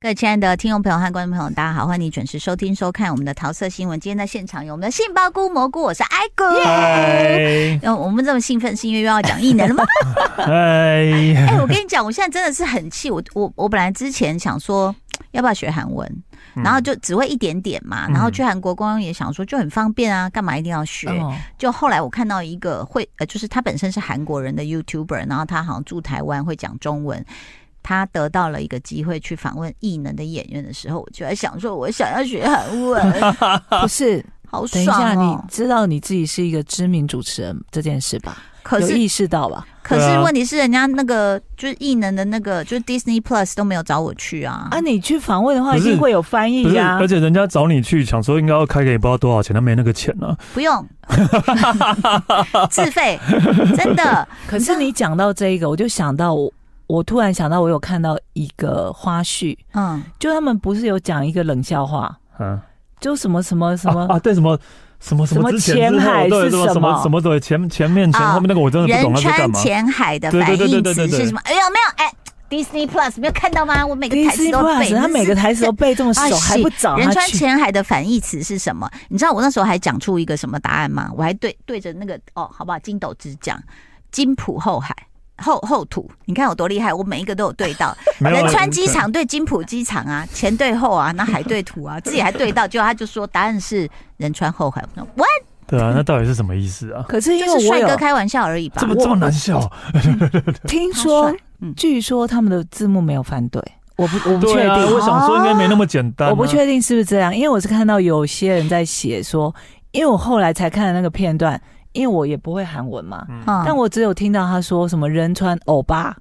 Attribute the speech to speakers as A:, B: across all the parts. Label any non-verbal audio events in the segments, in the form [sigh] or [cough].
A: 各位亲爱的听众朋友和观众朋友，大家好，欢迎你准时收听收看我们的桃色新闻。今天在现场有我们的杏鲍菇蘑菇，我是艾菇。
B: 嗨
A: 嗯，我们这么兴奋是因为又要讲异能了吗？
C: 哎
B: 嗨，
A: 哎、我跟你讲，我现在真的是很气。我我我本来之前想说要不要学韩文，
C: 嗯
A: 然后就只会一点点嘛，然后去韩国光也想说就很方便啊，干嘛一定要学？
B: 哦
A: 就后来我看到一个会呃，就是他本身是韩国人的 YouTuber，然后他好像住台湾会讲中文。他得到了一个机会去访问艺能的演员的时候，我就在想说，我想要学韩
C: [laughs]
A: 文， [laughs]
C: 不是，
A: 好
C: 等一下，
A: 爽
C: 你
A: 哦！
C: 知道你自己是一个知名主持人这件事吧？
A: 可
C: 有
A: 是嗯
C: 意识到吧？
A: 可
B: 对
A: 是
B: 啊
A: 问题是，人家那个就是艺能的那个就是 Disney Plus 都没有找我去啊。
C: 啊，你去访问的话，
B: 不
C: 一
B: 是
C: 定会有翻
B: 不
C: 译
B: 是，
C: 啊
B: 而。且人家找你去，想说应该要开给你不知道多少钱，他没那个钱啊。
A: 不用， [laughs] 自费，真的。
C: 可是你讲到这一个，我就想到我，我突然想到，我有看到一个花絮，
A: 嗯，
C: 就他们不是有讲一个冷笑话，
B: 嗯，
C: 就什么什么什么
B: 啊，啊对什么什么
C: 什么
B: 么之前
C: 前
B: 之后
C: 海
B: 对
C: 是
B: 什么
C: 什
B: 什
C: 么
B: 么什么对前前面前
A: 啊
B: 后面那个我真的不懂
A: 人
B: 他在
A: 川
B: 干嘛。
A: 浅海的
B: 对
A: 反
B: 对对
A: 义
B: 对
A: 词
B: 对对
A: 是什么？哎有没有？哎，Disney Plus 没有看到吗？我每个台词
C: Disney
A: 都背，
C: Plus，他每个台词都背这么
A: 啊
C: 熟，还不找
A: 人
C: 他
A: 川
C: 去？
A: 浅海的反义词是什么？你知道我那时候还讲出一个什么答案吗？我还对对着那个哦，好不好？金斗直讲，金浦后海。后后土，你看我多厉害，我每一个都有对到。
B: 没有啊
A: 仁川机场对金浦机场
C: [laughs]
A: 啊，前对后啊，那海对土啊，自己还对到，结果他就说答案是仁川后海。我说哇，
B: 对啊，那到底是什么意思啊？
C: 可是因
A: 就是
C: 为我
A: 帅
C: 有
A: 哥开玩笑而已吧
B: 这。么
C: 啊我
B: 这么难笑？
C: 听
A: 他
C: 说
A: 帅，嗯
C: 据说他们的字幕没有反对，我不我不确
B: 对啊，
C: 定。
B: 我想说应该没那么简单啊。
C: 我不确定是不是这样，因为我是看到有些人在写说，因为我后来才看了那个片段，因为我也不会韩文嘛，
B: 嗯，
A: 嗯
C: 但我只有听到他说什么仁川欧巴，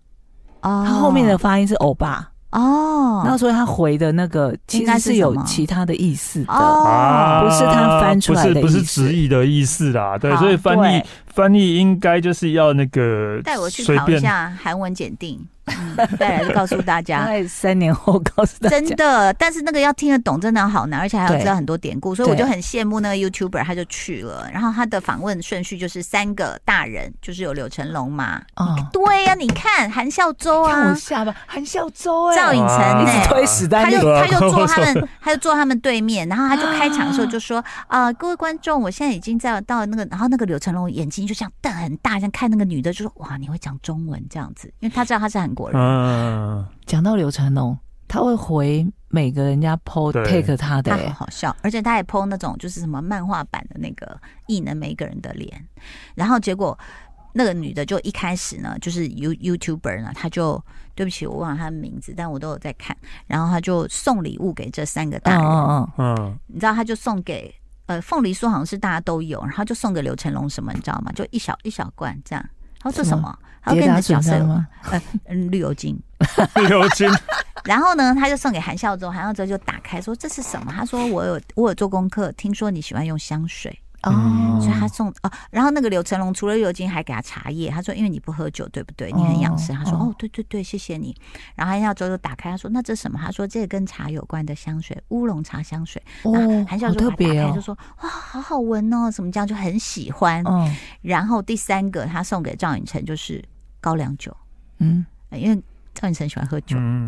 A: 哦
C: 他后面的发音是欧巴，
A: 哦，
C: 那所以他回的那个其
A: 应该
C: 实
A: 是
C: 是有
A: 什么
C: 其他的意思的。
A: 哦，
B: 啊，
C: 不是他翻出来的
B: 不是不
C: 意
B: 是
C: 思
B: 直译的意思啦。对，
A: 好
B: 所以翻译
C: 对
B: 翻译应该就是要那个
A: 带我去
B: 随
A: 考一
B: 便
A: 下韩文检定，嗯带来就告诉大
C: 大 [laughs]
A: 家。
C: 概三年后告诉大
A: 真
C: 家，
A: 的，但是那个要听得懂真的好难，而且还要
C: 对
A: 知道很多典故，所以我
C: 对
A: 就很羡慕那个 YouTuber，他就去了。然后他的访问顺序就是三个大人，就是有柳成龙嘛，哎
C: 哦，
A: 对呀、你看韩孝周
C: 看我
A: 啊，
C: 下巴，韩孝周哎、
A: 赵寅成呢、
B: 哇
C: 推史丹
A: 他
C: 利
A: 就，
B: 对啊
A: 他就坐他
B: 跟
A: 们，他就坐他们对面，然后他就开场的时候就说：“啊、各位观众，我现在已经在到那个，然后那个柳成龙眼睛就这样瞪很大，像看那个女的，就说：哇，你会讲中文这样子，因为他知道他是韩国人。
B: 嗯，
C: 讲到刘成龙，他会回每个人家 PO
B: 对
C: take 他的、
A: 他
C: 欸
A: 好，好笑，而且他也 PO 那种就是什么漫画版的那个异能每一个人的脸，然后结果那个女的就一开始呢，就是 You YouTuber 呢，她就对不起我忘了她的名字，但我都有在看，然后她就送礼物给这三个大
C: 嗯
A: 人，
C: 嗯嗯，
B: 嗯，
A: 你知道，他就送给呃凤梨酥，好像是大家都有，然后就送给刘成龙什么，你知道吗？就一小一小罐这样。他说这什
C: 什
A: 么？他说跟
C: 跌
A: 你
C: 打
A: 的角
C: 损
A: 色
C: 伤
A: 有
C: 吗？
A: 嗯绿油精。
B: 刘金
A: 然后呢，他就送给韩孝周，韩孝周就打开说这是什么？他说我有我有做功课，听说你喜欢用香水，
B: 嗯
C: 哦，
A: 所以他送哦。然后那个刘成龙除了绿油精还给他茶叶，他说因为你不喝酒对不对？你很养生。
C: 哦
A: 他说
C: 哦
A: 哦对对对，谢谢你。然后韩孝周就打开，他说那这什么？他说这个跟茶有关的香水，乌龙茶香水。
C: 哦，
A: 韩笑
C: 好
A: 就
C: 特
A: 把它打
C: 别
A: 开
C: 哦
A: 就，说：“哇，好好闻哦，怎么这样就很喜欢。
C: 嗯
A: 然后第三个他送给赵寅成就是高粱酒，
C: 嗯，
A: 呃因为赵寅成喜欢喝酒。
B: 嗯，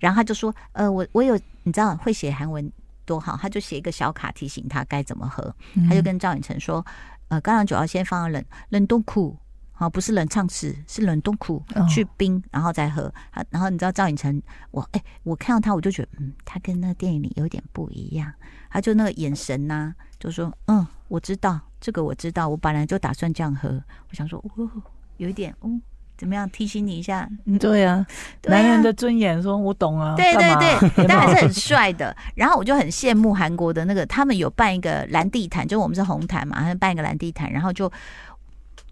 A: 然后他就说：“呃，我我有，你知道会写韩文多好，他就写一个小卡提醒他该怎么喝。[laughs]
C: 嗯
A: 他就跟赵寅成说：‘呃，高粱酒要先放到冷冷冻库。’”啊，不是冷藏室，是冷冻库
C: 哦
A: 去冰，然后再喝。啊然后你知道赵寅成，我哎、我看到他我就觉得，嗯，他跟那个电影里有点不一样。他就那个眼神呐、就说，嗯，我知道这个，我知道，我本来就打算这样喝。我想说，哦，有一点，嗯，怎么样提醒你一下？嗯，
C: 对啊，
A: 对啊
C: 男人的尊严，说我懂啊，
A: 对
C: [laughs] 干
A: 对
C: 嘛嗯
A: 对，但还是很帅的。然后我就很羡慕韩国的那个，他们有办一个蓝地毯，就我们是红毯嘛，他们办一个蓝地毯，然后就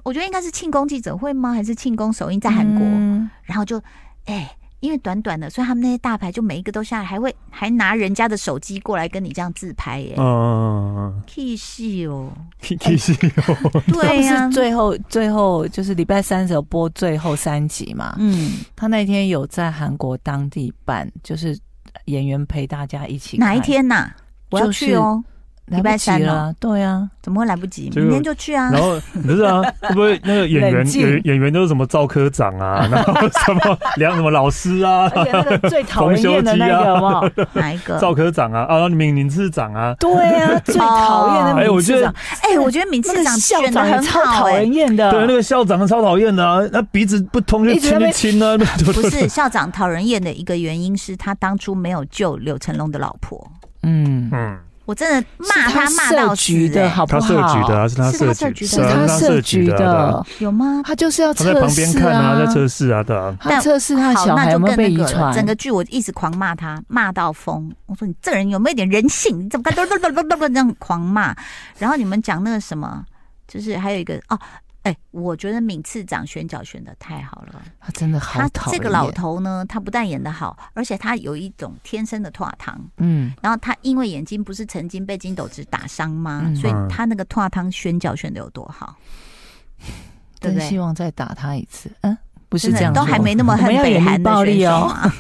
A: 我觉得应该是庆功记者会吗？还是庆功首映在韩国？
C: 嗯
A: 然后就哎、因为短短的，所以他们那些大牌就每一个都下来，还会还拿人家的手机过来跟你这样自拍耶、
B: 嗯嗯嗯
A: K 系哦，
B: 嗯，其实有，
A: 对啊
C: 他不
A: 呀、
C: 是最后最后就是礼拜三的时候播最后三集嘛，
A: 嗯，
C: 他那天有在韩国当地办，就是演员陪大家一起看。
A: 哪一天呐、我要去哦，
C: 来
A: 礼
C: 不及
A: 拜三哦
C: 了，
A: [laughs]
C: 对啊，
A: 怎么会来不及？
B: 结果
A: 明天就去啊
B: 然。后不是啊，会不会那个演
C: 冷
B: 员
C: 静
B: 演演员都是什么赵科长啊，然后什么梁什么老师啊，
C: 而且那个最讨人厌的那个有没有
A: 哪一个？
B: 赵科长啊，啊，敏宁市长啊，
C: 对啊，最讨厌的
B: 哎我觉
C: 名次
B: 得
C: 长，
A: 哦哎、我觉得闵
C: 那
A: 市
C: 个
A: 长
C: 校
A: 选的
C: 长也
A: 很
C: 超
A: 好
C: 讨
A: 哎、
C: 人厌的。
B: 对，那个校长超讨厌的啊，那鼻子不通就
C: 一直在
B: 亲
C: 那
B: 一
C: 边
B: 亲啊，
A: 不是校长讨人厌的一个原因是他当初没有救柳成龙的老婆，
C: 嗯，
B: 嗯，
A: 我真的骂
C: 是他
A: 骂到
C: 设
A: 死、
C: 局的
A: 哎
C: 好不
B: 他
C: 好？
B: 设局的啊，是他
A: 是他
B: 设
A: 设
B: 局
A: 局
C: 是
A: 的
B: 啊
C: 他
B: 他
C: 设局
B: 的啊，
C: 的，
A: 有吗？
C: 他就是要
B: 对啊他在
C: 测
B: 旁边
C: 试
B: 看
C: 啊，
B: 在测试啊，对啊，
C: 他测试他的
A: 好，
C: 小
A: 那
C: 孩
A: 就
C: 有没
A: 更
C: 有被
A: 那
C: 遗
A: 个了。
C: 传，
A: 整个剧我一直狂骂他，骂到疯。我说你这个人有没有一点人性？你怎么 [laughs] 敢咚咚咚咚咚咚这样狂骂？然后你们讲那个什么，就是还有一个哦，哎，我觉得闵次长选角选的太好了。
C: 他真的好
A: 他
C: 讨
A: 这
C: 厌。
A: 个老头呢，他不但演的好，而且他有一种天生的拓汤。
C: 嗯，
A: 然后他因为眼睛不是曾经被金斗子打伤吗？
C: 嗯
A: 所以他那个拓汤宣教宣的有多好，
C: 嗯
A: 对不
C: 真
A: 对
C: 希？望再打他一次。嗯，不是
A: 真的
C: 这样说，
A: 都还没那么
C: [laughs] 我
A: 恨
C: 们要
A: 北
C: 远离
A: 韩的
C: 暴
A: 选
C: 力
A: 手
C: 哦。
A: 啊。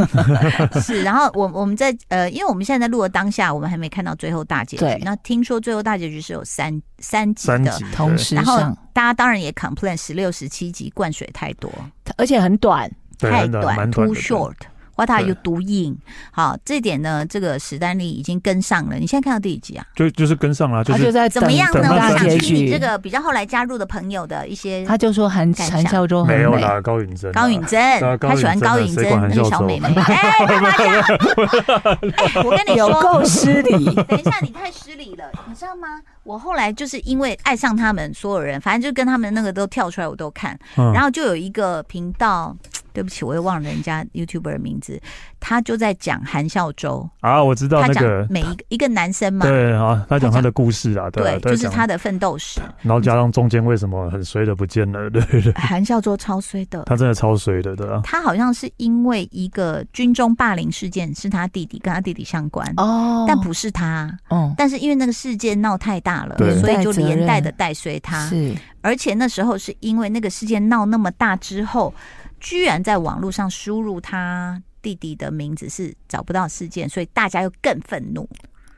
A: [laughs] 是，然后我我们在呃，因为我们现在在录的当下，我们还没看到最后大结
C: 对
A: 局。那听说最后大结局是有三三集
B: 三
A: 的，
B: 级
C: 同时
A: 然后
C: 上，
A: 大家当然也 complain 十六、十七集灌水太多，
C: 而且很短。
B: 对
A: 太
B: 很短蛮短
A: too
B: 的
A: short。What are you
B: 对
A: doing？好，这点呢，这个史丹利已经跟上了。你现在看到第几集啊？
B: 就就是跟上了，
C: 他
B: 是
C: 就在
A: 怎么样
B: 等
A: 呢？
B: 到
A: 我
C: 大
A: 想
C: 结
A: 听你这
C: 局，
A: 个比较后来加入的朋友的一些
C: 他就说韩
A: 感
C: 韩
A: 想
C: 孝周很
B: 没有
C: 美
B: 啦，高允真啊，
A: 高允贞
B: 啊，高
A: 他喜欢
B: 允贞啊
A: 高允
B: 谁
A: 贞那
B: 管韩
A: 个
B: 孝
A: 小
B: 周
A: 妹妹。哎，干嘛
B: [laughs]
A: 这样？哎，我跟你
C: 有
A: 说。
C: 够失礼。
A: [laughs] 等一下，你太失礼了，你知道吗？我后来就是因为爱上他们所有人，反正就跟他们那个都跳出来，我都看。
B: 嗯
A: 然后就有一个频道，对不起，我又忘了人家 YouTuber 的名字，他就在讲韩孝周，
B: 啊，我知道
A: 他
B: 那
A: 讲
B: 个，
A: 每一个一个男生嘛，
B: 对啊，他讲他的故事啊，对啊，
A: 对，就是
B: 讲
A: 他的奋斗史。
B: 然后加上中间为什么很衰的不见了，对 [laughs] 对，
A: 韩孝周超衰的，
B: 他真的超衰的，对啊，
A: 他好像是因为一个军中霸凌事件，是他弟弟跟他弟弟相关，
C: 哦，
A: 但不是他。
C: 嗯，
A: 但是因为那个事件闹太大了
B: 对，
A: 所以就连带的带衰他。
C: 是
A: 而且那时候是因为那个事件闹那么大之后，居然在网络上输入他弟弟的名字是找不到事件，所以大家又更愤怒。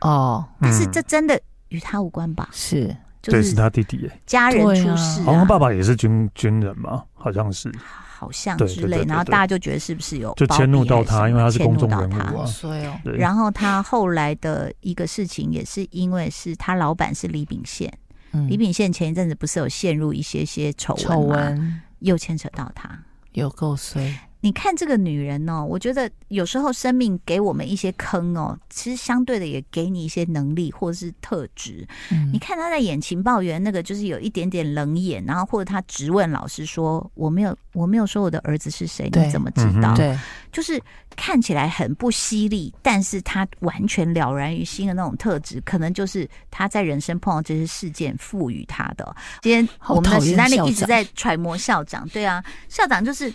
C: 哦，
A: 但是
B: 嗯
A: 这真的与他无关吧？
C: 是
A: 就
B: 对，是
A: 是
B: 他弟弟耶，
A: 家人
C: 对
A: 出
C: 啊
A: 事、
B: 好像爸爸也是军军人嘛，好像是，
A: 好像
B: 对
A: 之
B: 对
A: 类
B: 对，对
A: 然后
B: 对
A: 大家就觉得是不是有
B: 就
A: 包
B: 迁怒
A: 庇还
B: 到
A: 是
B: 他
A: 什么
B: 因为他是
A: 迁
B: 公
A: 怒
B: 众
A: 到
B: 人物
A: 他
B: 哇
C: 衰哦，
B: 对，
A: 然后他后来的一个事情也是因为是他老板是李秉宪，
C: 嗯
A: 李秉宪前一阵子不是有陷入一些些丑闻
C: 丑
A: 吗，
C: 闻
A: 又牵扯到他。
C: 有够衰，
A: 你看这个女人哦，我觉得有时候生命给我们一些坑哦，其实相对的也给你一些能力或是特质。
C: 嗯
A: 你看她在演情报员那个，就是有一点点冷眼，然后或者她质问老师说：“我没有，我没有说我的儿子是谁，
C: 对
A: 你怎么知
B: 嗯
A: 道
B: 哼？”
C: 对，
A: 就是看起来很不犀利，但是他完全了然于心的那种特质，可能就是他在人生碰到这些事件赋予他的。今天
C: 好
A: 我们的史丹利
C: 讨厌校长
A: 一直在揣摩校长，对啊，校长就是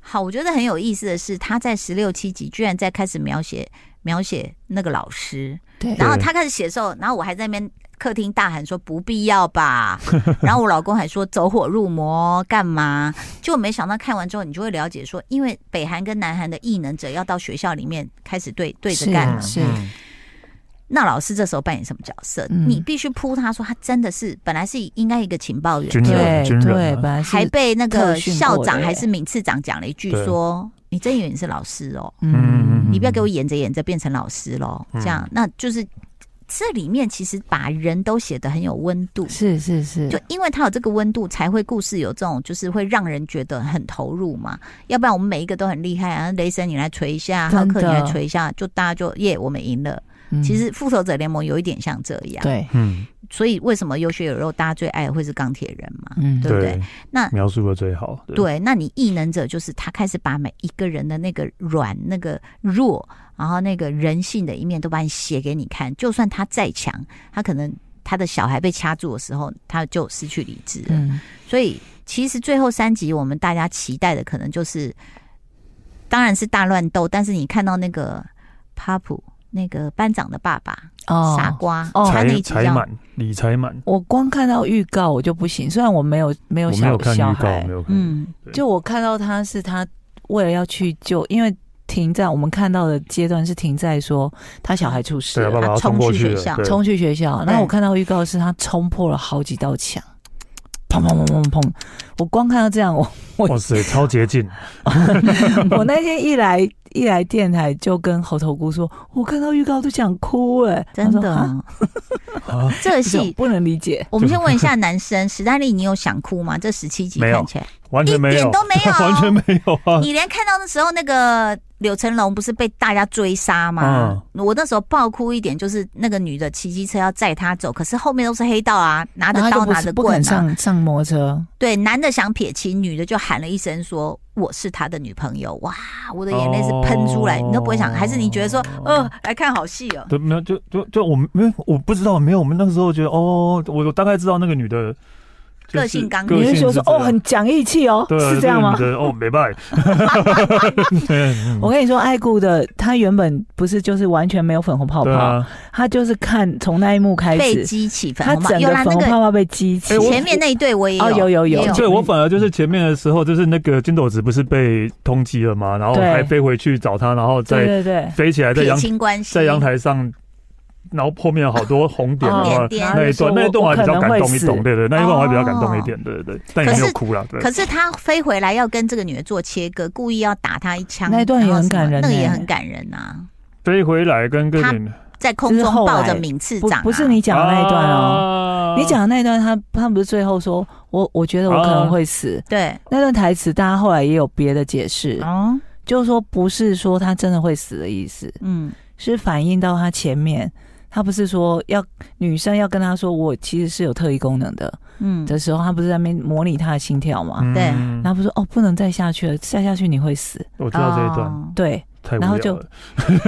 A: 好。我觉得很有意思的是，他在十六七集居然在开始描写描写那个老师，
C: 对，
A: 然后他开始写的时候，然后我还在那边客厅大喊说不必要
C: [laughs]
A: 吧，然后我老公还说走火入魔干嘛？就没想到看完之后，你就会了解说，因为北韩跟南韩的异能者要到学校里面开始对对着干
B: 嗯
A: 了，
C: 是
B: 嗯
A: 那老师这时候扮演什么角色？
C: 嗯
A: 你必须扑他说他真的是本来是应该一个情报员，
B: 军人
C: 对
B: 军
C: 对，
B: 人
C: 本
B: 啊，
C: 来
A: 还嗯
C: 是嗯
A: 被那
C: 特
A: 个
C: 训过
A: 校
C: 的
A: 长
C: 耶
A: 还是闵次长讲了一句
B: 对
A: 说：“你真以为你是老师哦？”
B: 嗯嗯嗯
A: 你不要给我演着演着变成老师喽，
B: 嗯
A: 这样那就是这里面其实把人都写得很有温度，
C: 嗯是是是，
A: 就因为他有这个温度，才会故事有这种就是会让人觉得很投入嘛。要不然我们每一个都很厉害啊，雷神你来锤一下，浩
C: 真的
A: 克你来锤一下，就大家就耶我们赢了。
C: 嗯
A: 其实复仇者联盟有一点像这样，
C: 对
B: 嗯，
A: 所以为什么有血有肉，大家最爱的会是钢铁人嘛？
C: 嗯
A: 对不对那
B: 描述的最好，对
A: 对，那你异能者就是他开始把每一个人的那个软、那个弱，然后那个人性的一面都把你写给你看。就算他再强，他可能他的小孩被掐住的时候，他就失去理智了。
C: 嗯，
A: 所以其实最后三集我们大家期待的可能就是，当然是大乱斗，但是你看到那个帕普那个班长的爸爸、
C: 哦
A: 傻瓜，
C: 哦
A: 他那一
B: 财
A: 集
B: 财
A: 叫
B: 满理财满，
C: 我光看到预告我就不行，虽然我没有没有
B: 我没
C: 小
B: 有看
C: 小
B: 预告，
C: 孩
B: 没，有看，
A: 嗯
C: 就我看到他是他为了要去救，因为停在我们看到的阶段是停在说他小孩出事
B: 对啊，爸爸
C: 了，
B: 要
A: 冲
B: 冲过
A: 去
B: 去
A: 学
B: 了
A: 校，
B: 对
C: 冲去学校。
A: 对
C: 那我看到预告是他冲破了好几道墙，砰砰砰砰砰！我光看到这样，我
B: 哇塞，超捷径，
C: [laughs] 我那天一来一来电台就跟猴头菇说，我看到预告都想哭哎、欸，
A: 真
C: 他说啊
A: [laughs] 的，这个
C: 不是我
A: 戏。
C: 不能理解。
A: 我们先问一下男生，史丹利，你有想哭吗？这十七集
B: 没有
A: 看起来 [laughs]
B: 完
A: 一
B: 全没
A: 点，
B: 有
A: 都没有，
B: [laughs] 完全没有
A: [laughs]
B: 啊，
A: 你连看到那时候那个柳成龙不是被大家追杀吗？
B: 嗯
A: 我那时候爆哭一点，就是那个女的骑机车要载他走，可是后面都是黑道啊，拿着
C: 然后他
A: 刀
C: 就不
A: 拿
C: 是
A: 着
C: 不肯
A: 棍啊。
C: 上上摩托车，
A: 对，男的想撇清，女的就喊了一声说：“我是他的女朋友。”哇，我的眼泪是喷出来，
B: 哦
A: 你都不会想，还是你觉得说，呃，来看好戏哦。
B: 对，没有，就就就我们没有，我不知道，没有。我们那个时候觉得，哦，我我大概知道那个女的、就是
A: 个性刚
B: 个
A: 烈
C: 你
B: 性
C: 就是觉得说
B: 这
C: 哦，
B: 样
C: 很讲义气哦，
B: 对啊，
C: 是这样吗
B: 个？女的哦，没办法。
C: [laughs]
B: 对，嗯
C: 我跟你说，爱顾的他原本不是就是完全没有粉红泡
B: 对
C: 泡，
B: 啊，
C: 他就是看从那一幕开
A: 被
C: 始，
A: 激起粉
C: 他
A: 红泡，
C: 整
A: 有
C: 个
A: 啦，
C: 粉
A: 那
C: 红泡
A: 个
C: 泡被激起
B: 哎。我
A: 前面那一对我也
C: 哦有有
A: 也
C: 有
A: 有，
B: 对我反而就是前面的时候，就是那个金斗子不是被通缉了嘛，然后
C: 对
B: 还飞回去找他，然后
C: 对
B: 再
C: 对对，
B: 飞起来，在
A: 撇
B: 阳
A: 清关系，
B: 在阳台上，然后后面有好多红点的
C: 哦
B: 话
A: 点，点
B: 那一段那一段我还比较感动一
C: 点
B: 动，。对对，那一段我还比较感动一点，对对对，但也没
A: 可
B: 有
A: 是
B: 哭了，对。
A: 哦可是他飞回来要跟这个女的做切割，故意要打她一枪，
C: 那一段也很感人
A: 然后什么那个也
C: 欸
A: 很感人啊，
B: 飞回来跟个女的
A: 在空中抱着闵次
C: 不
A: 长、啊
C: 不是你讲的那一段哦，
B: 啊
C: 你讲的那一段，他他不是最后说，我我觉得我可
B: 啊
C: 能会死
A: 对
C: 那段台词，大家后来也有别的解释，
A: 哦，
C: 就是说不是说他真的会死的意思，
A: 嗯，
C: 是反映到他前面，他不是说要女生要跟他说我其实是有特异功能的
A: 嗯，
C: 的时候，他不是在那边模拟他的心跳嘛，
B: 嗯
A: 对
C: 然后不是说哦不能再下去了，再下去你会死，
B: 我知道这一段、
A: 哦
C: 对，
B: 太无
C: 然
B: 聊
C: 后
B: 了，
C: 就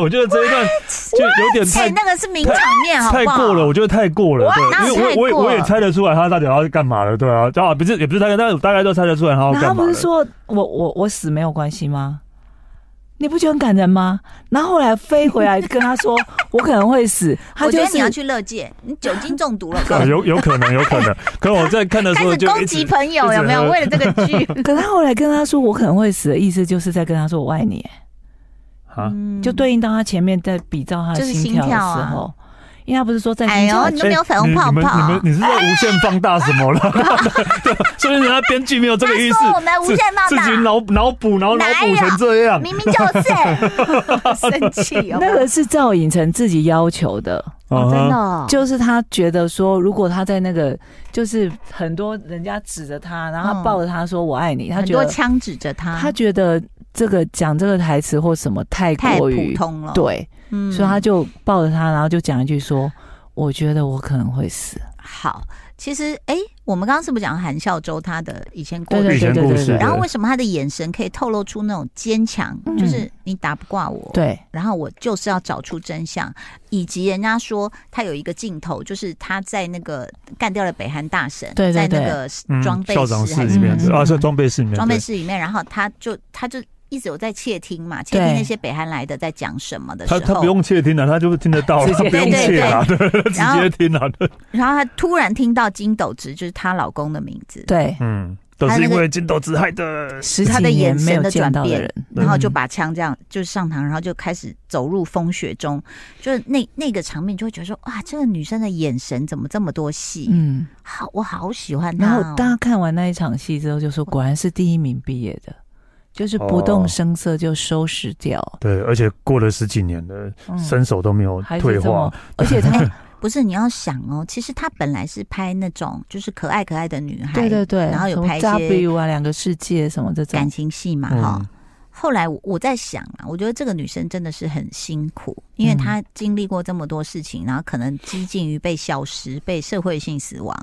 B: 我觉得这一段就有点
A: 哎、
B: 太
A: 那个是名场面，好
B: 太
A: 不好？
B: 过了，我觉得太过了，
A: 哪有
B: 对，因
A: 太
B: 为我我也
A: 过
B: 我也猜得出来他到底要干嘛了，对啊，啊不是也不是大概，但是我大概都猜得出来他
A: 哦
B: 要
C: 然后他
B: 干嘛
C: 不
B: 了
C: 是。说我我我死没有关系吗？你不觉得很感人吗？然后后来飞回来跟他说，我可能会死，他
A: 我觉
C: 就
A: 得
C: 是
A: 你要去乐界，你酒精中毒
B: [laughs]
A: 了，
B: 啊有有可能，有可能。可我在看的时
A: 开
B: 候
A: 始
B: 就
A: 攻
B: 一
A: 击
B: 直，
A: 朋友
B: 一直
A: 有没有？
B: 喝
A: 为了这个
B: [laughs]
A: 剧，
C: 可他后来跟他说我可能会死的意思，就是在跟他说我爱你，
B: 啊，
A: 嗯
C: 就。对应到他前面在比照他的
A: 就是
C: 心跳的
A: 心跳啊
C: 时候，因为他不是说在
A: 哎
C: 心跳
A: 呦，你都没有粉红
B: 你
A: 泡
B: 你们你
A: 泡
B: 们，你是在无限放大什么了？对，所以人家编剧没有这
A: 他
B: 个意思
A: 说，我们无
B: 自
A: 限放
B: 自己
A: 大，
B: 脑脑补，然后脑
A: 哪
B: 补
A: 有
B: 成这样。
A: 明明就是，
C: [laughs]
A: 生气哦，
C: 那个是赵寅成自己要求的，
A: 哦真的
B: 啊
A: 哦
C: 就是他觉得说，如果他在那个，就是很多人家指着他，然后他
A: 嗯
C: 抱着他说我爱你，他
A: 很
C: 觉
A: 多
C: 得
A: 枪啊指着他，
C: 他觉得这个讲这个台词或什么太
A: 太
C: 过
A: 普
C: 于
A: 通了，，
C: 对，
A: 嗯
C: 所以他就抱着他，然后就讲一句说：“我觉得我可能会死。
A: 好，其实哎、诶我们刚刚是不是讲韩孝周他的以前过
C: 对
A: 的
C: 对
B: 以
A: 人
B: 前
C: 对对
B: 故
C: 对
B: 事
C: 对
A: 然后为什么他的眼神可以透露出那种坚强，
C: 嗯
A: 就是你打不挂我”，，
C: 对，
A: 然后我就是要找出真相，以及人家说他有一个镜头，就是他在那个干掉了北韩大神，
C: 对对
A: 在那
C: 对
A: 个
B: 嗯
A: 装备
B: 校长
A: 室
B: 室
A: 还
B: 里
A: 是
B: 面
C: 嗯
B: 啊，是装备室里面，
A: 装
B: 对
A: 备室里面，然后他就他就一直有在窃听嘛，窃听
C: 对
A: 那些北韩来的在讲什么的时
B: 他
A: 候，
B: 他不用窃听了，啊他就听得到了，
C: 直
B: 他
C: 接
B: 不用窃了，对，
A: 然
B: 直
A: 后
B: 接听了，对
A: 然后他突然听到金斗直就是她老公的名字，
C: 对，
B: 嗯，都是因为金斗子害的，
C: 十
A: 他
C: 几
A: 的眼
C: 年没
A: 神
C: 有
A: 的转
C: 见到
A: 变
C: 的人，
A: 然后就
C: 嗯
A: 把枪这样就上膛，然后就开始走入风雪中，就是那那个场面，就会觉得说哇，这个女生的眼神怎么这么多戏？
C: 嗯，
A: 好，我好喜欢
C: 然
A: 她、
C: 后
A: 哦。
C: 大家看完那一场戏之后，就说果然是第一名毕业的，就是不动
B: 哦
C: 声色就收拾掉，
B: 对，而且过了十几年了，
C: 嗯
B: 身手都没有
C: 还
B: 退
C: 是这
B: 化
C: 么，，而且他
A: 不是你要想哦，其实她本来是拍那种就是可爱可爱的女孩，
C: 对对对，
A: 然后有
C: 什么
A: 拍一些
C: W 啊，两个世界什么这种
A: 感，情戏嘛
B: 嗯
A: 哈、后来我我在想啊，我觉得这个女生真的是很辛苦，因为她经历过这么多事情，然后可能接近于被消失、被社会性死亡，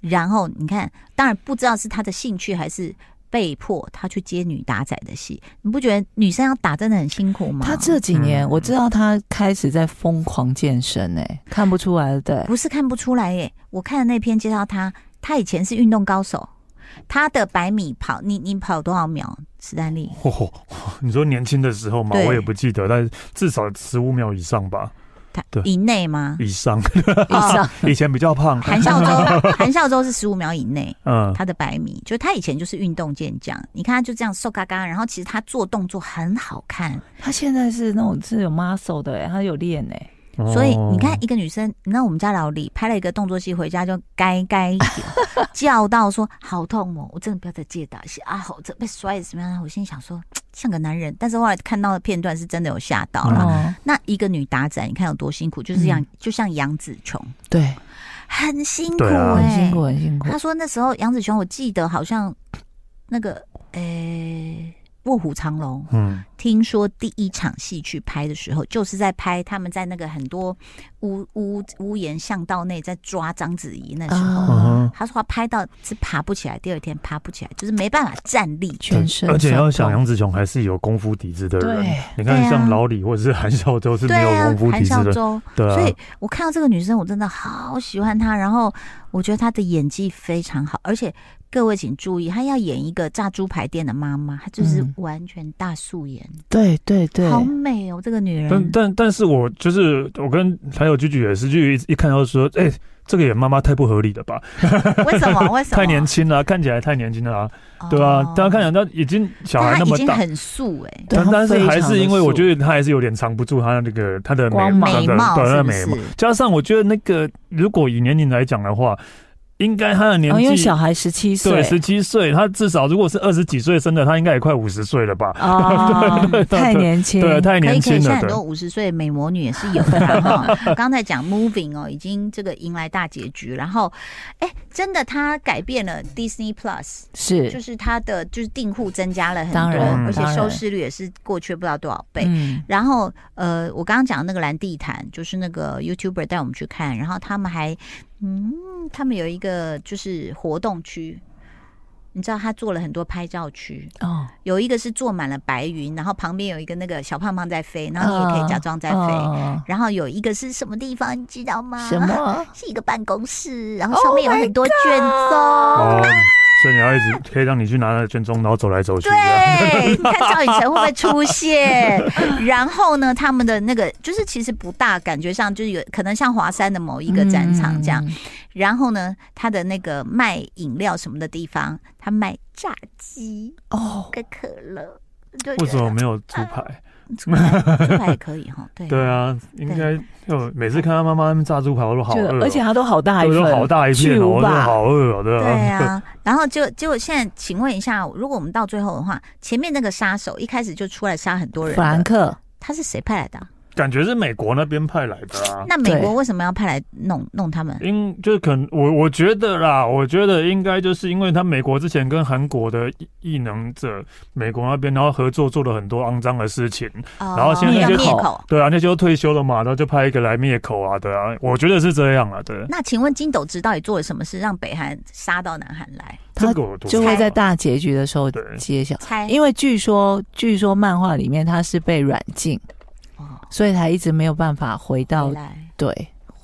A: 然后你看，当然不知道是她的兴趣还是被迫她去接女打仔的戏，你不觉得女生要打真的很辛苦吗？
C: 他这几年
B: 嗯
C: 我知道他开始在疯狂健身、欸，看不出来了，对，
A: 不是看不出来耶，我看的那篇介绍她，她以前是运动高手，她的百米跑，你你跑多少秒？史丹 [laughs] 利，
B: 嚯、嚯哦你说年轻的时候嘛，
A: 对
B: 我也不记得，但至少十五秒以上吧，
A: 她
B: 对
A: 以内吗？
B: 以
A: [laughs]
B: 上。
C: 以上
B: 以前比较胖，
A: 韩孝周，韩孝周是十五秒以内。
B: 嗯，
A: 他的百米，就他以前就是运动健将，你看他就这样瘦嘎嘎，然后其实他做动作很好看，
C: 他现在是那种是有 muscle 的、欸，他有练哎、
A: [laughs]
B: 哦
A: 所以你看一个女生，你知道我们家老李拍了一个动作戏回家就该该
B: [laughs]
A: 叫到说好痛哦，我真的不要再接打戏啊，好这被摔得怎么样？我心里想说像个男人，但是后来看到的片段是真的有吓到了。
B: 嗯
C: 哦，
A: 那一个女打仔，你看有多辛苦，就是像、
C: 嗯
A: 就像杨紫琼，
C: 对，
A: 很辛苦
B: 对啊
A: 哎、
C: 很辛苦，很辛苦
A: 他。说那时候杨子琼，我记得好像那个诶《卧虎藏龙》，
B: 嗯，
A: 听说第一场戏去拍的时候，就是在拍他们在那个很多屋屋屋檐巷道内在抓章子怡那时候。
B: 嗯哼，
A: 他说他拍到是爬不起来，第二天爬不起来，就是没办法站立。
C: 全身，
B: 而且要想杨紫琼还是有功夫底子的人
C: 对，
A: 对
B: 你看
A: 啊
B: 像老李或者是韩孝周是
A: 对
B: 没有
A: 啊
B: 功，夫
A: 韩
B: 底
A: 孝
B: 子的，
A: 周。
B: 对
A: 所
B: 啊
A: 以，我看到这个女生，我真的好喜欢她。然后我觉得她的演技非常好，而且各位请注意，她要演一个炸猪排店的妈妈，她就是
C: 嗯
A: 完全大素颜，
C: 对对对，
A: 好美哦，这个女
B: 但
A: 人。
B: 但但是我就是我跟还有居居也是，居居一一看到说，哎、这个演妈妈太不合理了吧，
A: 为
B: [laughs]
A: 什么？为什么？
B: 太年轻了，看起来太年轻了啊，
A: 啊哦，
B: 对啊，大家看起来那已经小
A: 但她
B: 孩那
A: 已
B: 么
A: 经
B: 大，
A: 很素哎、
C: 对
B: 但
C: 她
B: 但是
C: 非
B: 还
C: 常
B: 是
C: 的
B: 因为我
C: 素
B: 觉得他还是有点藏不住他那个他的
C: 光
B: 美
C: 芒
A: 美
B: 对
A: 貌
B: 对
A: 是
B: 那
A: 不
B: 美
A: 是
B: 貌，？加上我觉得那个如果以年龄来讲的话，应该他的年
C: 哦，因为
B: 纪、
C: 小孩十七岁
B: 对，十七岁，他至少如果是二十几岁生的，他应该也快五十岁了吧？
C: [laughs] 哦
B: 对对对
C: 太年轻，，
B: 对，啊
A: 可
B: 太
A: 以
B: 年
A: 可以，
B: 轻
A: 现在
B: 了，
A: 很
B: 对
A: 多五十岁的美魔女也是有的哈。 [laughs] 刚才讲 Moving 哦，已经这个迎来大结局，然后，哎，真的她改变了 Disney Plus，就是是它的就是订户增加了很
C: 当
A: 多，
C: 然
A: 而且
C: 当然
A: 收视率也是过去不知道多少倍。
C: 嗯，
A: 然后，呃，我刚刚讲的那个蓝地毯，就是那个 YouTuber 带我们去看，然后他们还，嗯，他们有一个就是活动区，你知道他做了很多拍照区，
C: 哦，
A: 有一个是坐满了白云，然后旁边有一个那个小胖胖在飞，然后你也可以假装在飞，
C: 哦
A: 然后有一个是什么地方，你知道吗？
C: 什？么？
A: [laughs]
C: Oh
A: 是一个办公室，然后上面有很多卷宗。
B: 哦，所以你要一直可以让你去拿那个卷宗，然后走来走去，这样
A: [laughs] 对，你看赵寅成会不会出现？然后呢，他们的那个就是其实不大，感觉上就是有可能像华山的某一个展场这样。
C: 嗯，
A: 然后呢，他的那个卖饮料什么的地方，他卖炸鸡
C: 哦，
A: 跟可乐。对
B: 为什么没有出牌？
A: 出来出来也可以哈？对
B: 对，啊，应该就每次看他妈妈那边炸猪排，我都好
C: 就
B: 饿哦、
C: 而且他都好大一
B: 对
C: 份，
B: 都好大一片
C: 巨
B: 哦，
C: 无
B: 我真的
C: 霸
B: 好饿哦，对啊，
A: 对啊，然后就结果现在，请问一下，如果我们到最后的话，前面那个杀手一开始就出来杀很多人
C: 弗兰
A: 的，
C: 克，
A: 他是谁派来的啊、
B: [laughs] 感觉是美国那边派来的啊。
A: 那美
C: 对
A: 国为什么要派来弄弄他们？
B: 因就是可能我我觉得啦，我觉得应该就是因为他美国之前跟韩国的异异能者，美国那边然后合作做了很多肮脏的事情，
A: 然
B: 然后现在
C: 就
A: 灭哦口。
B: 对啊，那些都退休了嘛，然后就派一个来灭口啊，对啊，我觉得是这样啊，对，
A: 那请问金斗知到底做了什么事，让北韩杀到南韩来？
B: 这
C: 他
B: 个我
C: 就会在大结局的时候
B: 对
C: 揭晓。
A: 猜
C: 因为据说，据说漫画里面他是被软禁，
A: 哦，
C: 所以他一直没有办法回到
A: 回来。
C: 对
A: 哦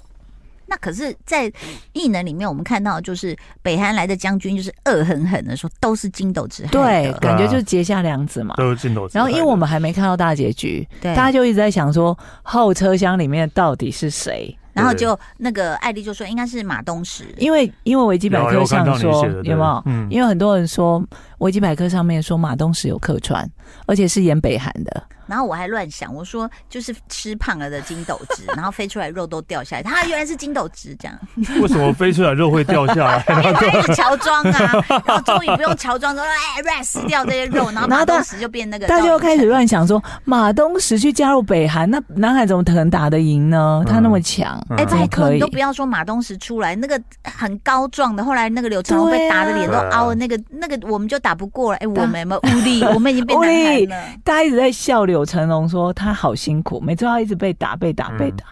A: 那可是，在异能里面，我们看到就是北韩来的将军，就是恶狠狠的说，都是金斗知害
C: 对
A: 的，
C: 感觉就是结下梁子嘛。
B: 都是镜头自拍的。
C: 然后，因为我们还没看到大结局，
A: 对
C: 大家就一直在想说后车厢里面到底是谁？
A: 然后就那个艾丽就说，应该是马东石，
C: 因为因为维基百
B: 有
C: 科
B: 有看
C: 上
B: 到你
C: 说
B: 写的，对
C: 有没有？
B: 嗯，
C: 因为很多人说维基百科上面说马东石有客串，而且是演北韩的，
A: 然后我还乱想，我说就是吃胖了的金斗
C: [laughs]
A: 知，然后飞出来肉都掉下来，他原来是金斗知
B: [laughs]
A: 这样，
B: 为什么飞出来肉会掉下来？
A: 因为他一直乔装啊，然后终于不用乔装说，哎，乱撕掉这些肉，然后马东石就变那个，
C: 大家又开始乱想说马东石去加入北韩，那南海怎么可能打得赢呢？他那么强，
B: 嗯
A: 哎，
C: 怎
A: 拜
C: 么
A: 托
C: 可
A: 你
C: 以啊
A: 都？不要说马东石出来，那个很高壮的，后来那个刘成龙
C: 对
A: 被
C: 啊
A: 打的脸都
B: 对啊
A: 凹了，那个那个我们就打打不过了，哎，我们有没有无力？我们已经被
C: 无力
A: 南韩了。
C: 大家一直在笑柳成龙，说他好辛苦，每次要一直被打、被打、
B: 嗯
C: 被打。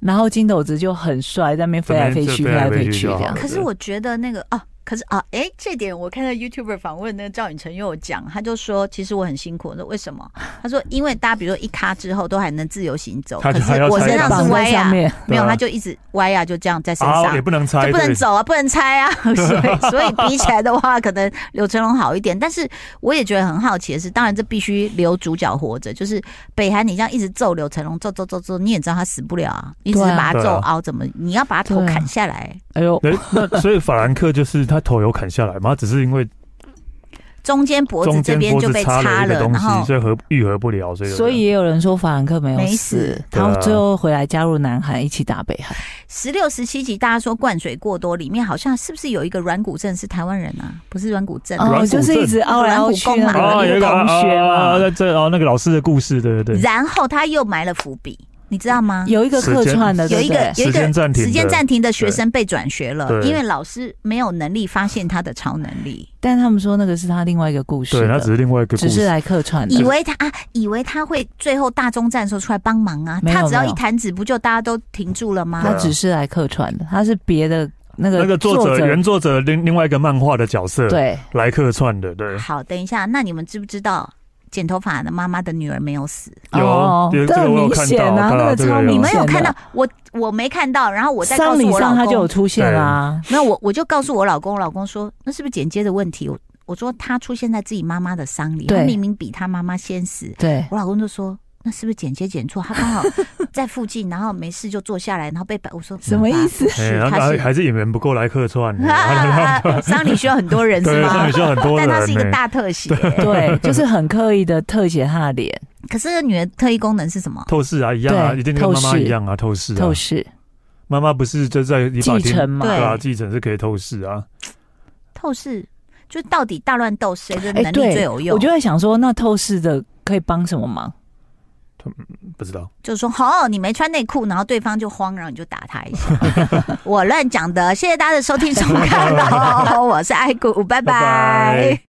C: 然后金斗子就很帅，在那边飞来飞去、
B: 这
C: 飞
B: 边
C: 来
B: 就飞来
C: 飞
B: 飞去
C: 去
B: 就
C: 这
B: 好
C: 样
A: [laughs]
B: 了。
A: 可是我觉得那个啊，可是啊，哎，这点我看到 YouTuber 访问那个赵允成又有讲，他就说其实我很辛苦。我说为什么？他说因为大家比如说一咔之后都还能自由行走，
B: 他
A: 可
B: 就还
A: 是
B: 要
A: 我
B: 拆
A: 身上
C: 绑
A: 是歪
C: 在
A: 呀、
C: 上面，
A: 没有，
B: 对啊
A: 他就一直歪呀、就这样在身上。
B: 啊，也不能拆，
A: 就不能
B: 对
A: 走啊，不能拆
B: [laughs]
A: 啊，所以所以比起来的话，可能柳成龙好一点。但是我也觉得很好奇的是，当然这必须留主角活着，就是北韩你这样一直揍柳成龙，揍揍揍揍，你也知道他死不了啊，你只是
C: 对啊
A: 把他揍
B: 对啊
A: 凹，怎么你要把他头
C: 对啊
A: 砍下来？
C: 哎呦，
B: 哎，那所以法兰克就是他头有砍下来嘛，只是因为
A: 中间脖子
B: 中
A: 这
B: 间
A: 边
B: 脖
A: 就
B: 子
A: 被
B: 插了一个
A: 了，
B: 东
A: 然后
B: 西，所以合愈合不了，所以
C: 所以也有人说法兰克没有
A: 没
C: 死
A: 死，
C: 他
B: 对啊
C: 最后回来加入南韩一起打北韩。
A: 十六、十七集大家说灌水过多，里面好像是不是有一个软骨症是台湾人啊？不是软骨症、
B: 软
C: 哦，
B: 骨
C: 就是一直凹来凹去
A: 软骨
C: 那
A: 弓嘛
B: 啊，
C: 个
B: 有
C: 一
B: 一
C: 个
B: 个
C: 同学
B: 啊，
C: 嘛，
B: 在这哦，那个老师的故事，对对对，
A: 然后他又埋了伏笔，你知道吗？
C: 有一个客串的，
A: 有一个有一
B: 时间暂
A: 个
B: 停
A: 时
B: 的
A: 间暂停的学生被转学了，
B: 对
A: 因为老师没有能力发现他的超能力，
C: 但他们说那个是他另外一个故事
B: 对，
C: 的，
B: 他只是另外一个故
C: 只是
B: 事，
C: 来客
B: 嗯
C: 串的，
A: 以为他啊，以为他会最后大中战的时候出来帮忙啊，
C: 没有
A: 他只要
C: 没
A: 一
C: 有
A: 弹指，不就大家都停住了吗
B: 对
C: 他？
B: 啊
C: 只是来客串的，他是别的那个
B: 那个作
C: 者
B: 者原作者另另外一个漫画的角色
C: 对，
B: 来客串的，对，
A: 好，等一下，那你们知不知道剪头发的妈妈的女儿没有死？
C: 哦
B: 有有
C: 这
B: 这个
C: 很
B: 我有
C: 明
B: 看
C: 显
B: 到，
C: 啊
B: 看
C: 那个
B: 到这
C: 超
B: 个
C: 明
A: 你
B: 有
C: 显
A: 们有
C: 的
A: 看到？我我没看到，然后我再告
C: 丧
A: 诉
C: 礼
A: 我老
C: 上他就有
A: 公，
C: 出现啦，
A: 没有我我就告诉我老公，我老公说那是不是剪接的问题？我我说他出现在自己妈妈的丧礼，他
C: 对
A: 明明比他妈妈先死，
C: 对，
A: 我老公就说。那是不是剪接剪错？他刚
C: [laughs]
A: 好在附近，然后没事就坐下来，然后被摆。我说
C: 什么意思？
A: 是
B: 哎，然后
A: 他
B: 还
A: 是
B: 还是演员不够来客串，
A: 啊啊啊啊 [laughs] 丧礼需要很多人是
B: 对，上
A: 吗
B: 面？就很多
A: 但
B: 人，
A: 它是一个
B: 哎
A: 大特写。
C: 对，就是很刻意的特写他的脸，
A: 可是女儿特异功能是什么？
B: 透视啊，一样啊，
C: 对
B: 一定跟妈
C: 透
B: 妈
C: 视
B: 一样啊，透视啊
C: 透，视
B: 妈妈不是就在礼法
C: 继
B: 庭
C: 承嘛
B: 对啊，
A: 对
B: 继承是可以透视啊，
A: 透视，就到底大乱斗谁的
C: 哎
A: 能力
C: 对
A: 最有用？
C: 我就在想说，那透视的可以帮什么忙？
B: 不知道，
A: 就是说，好、你没穿内裤，然后对方就慌，然后你就打他一
C: [laughs]
A: 下。
C: [laughs]
A: 我乱讲的，谢谢大家的收听收看哦，我是爱谷，拜拜
B: 拜拜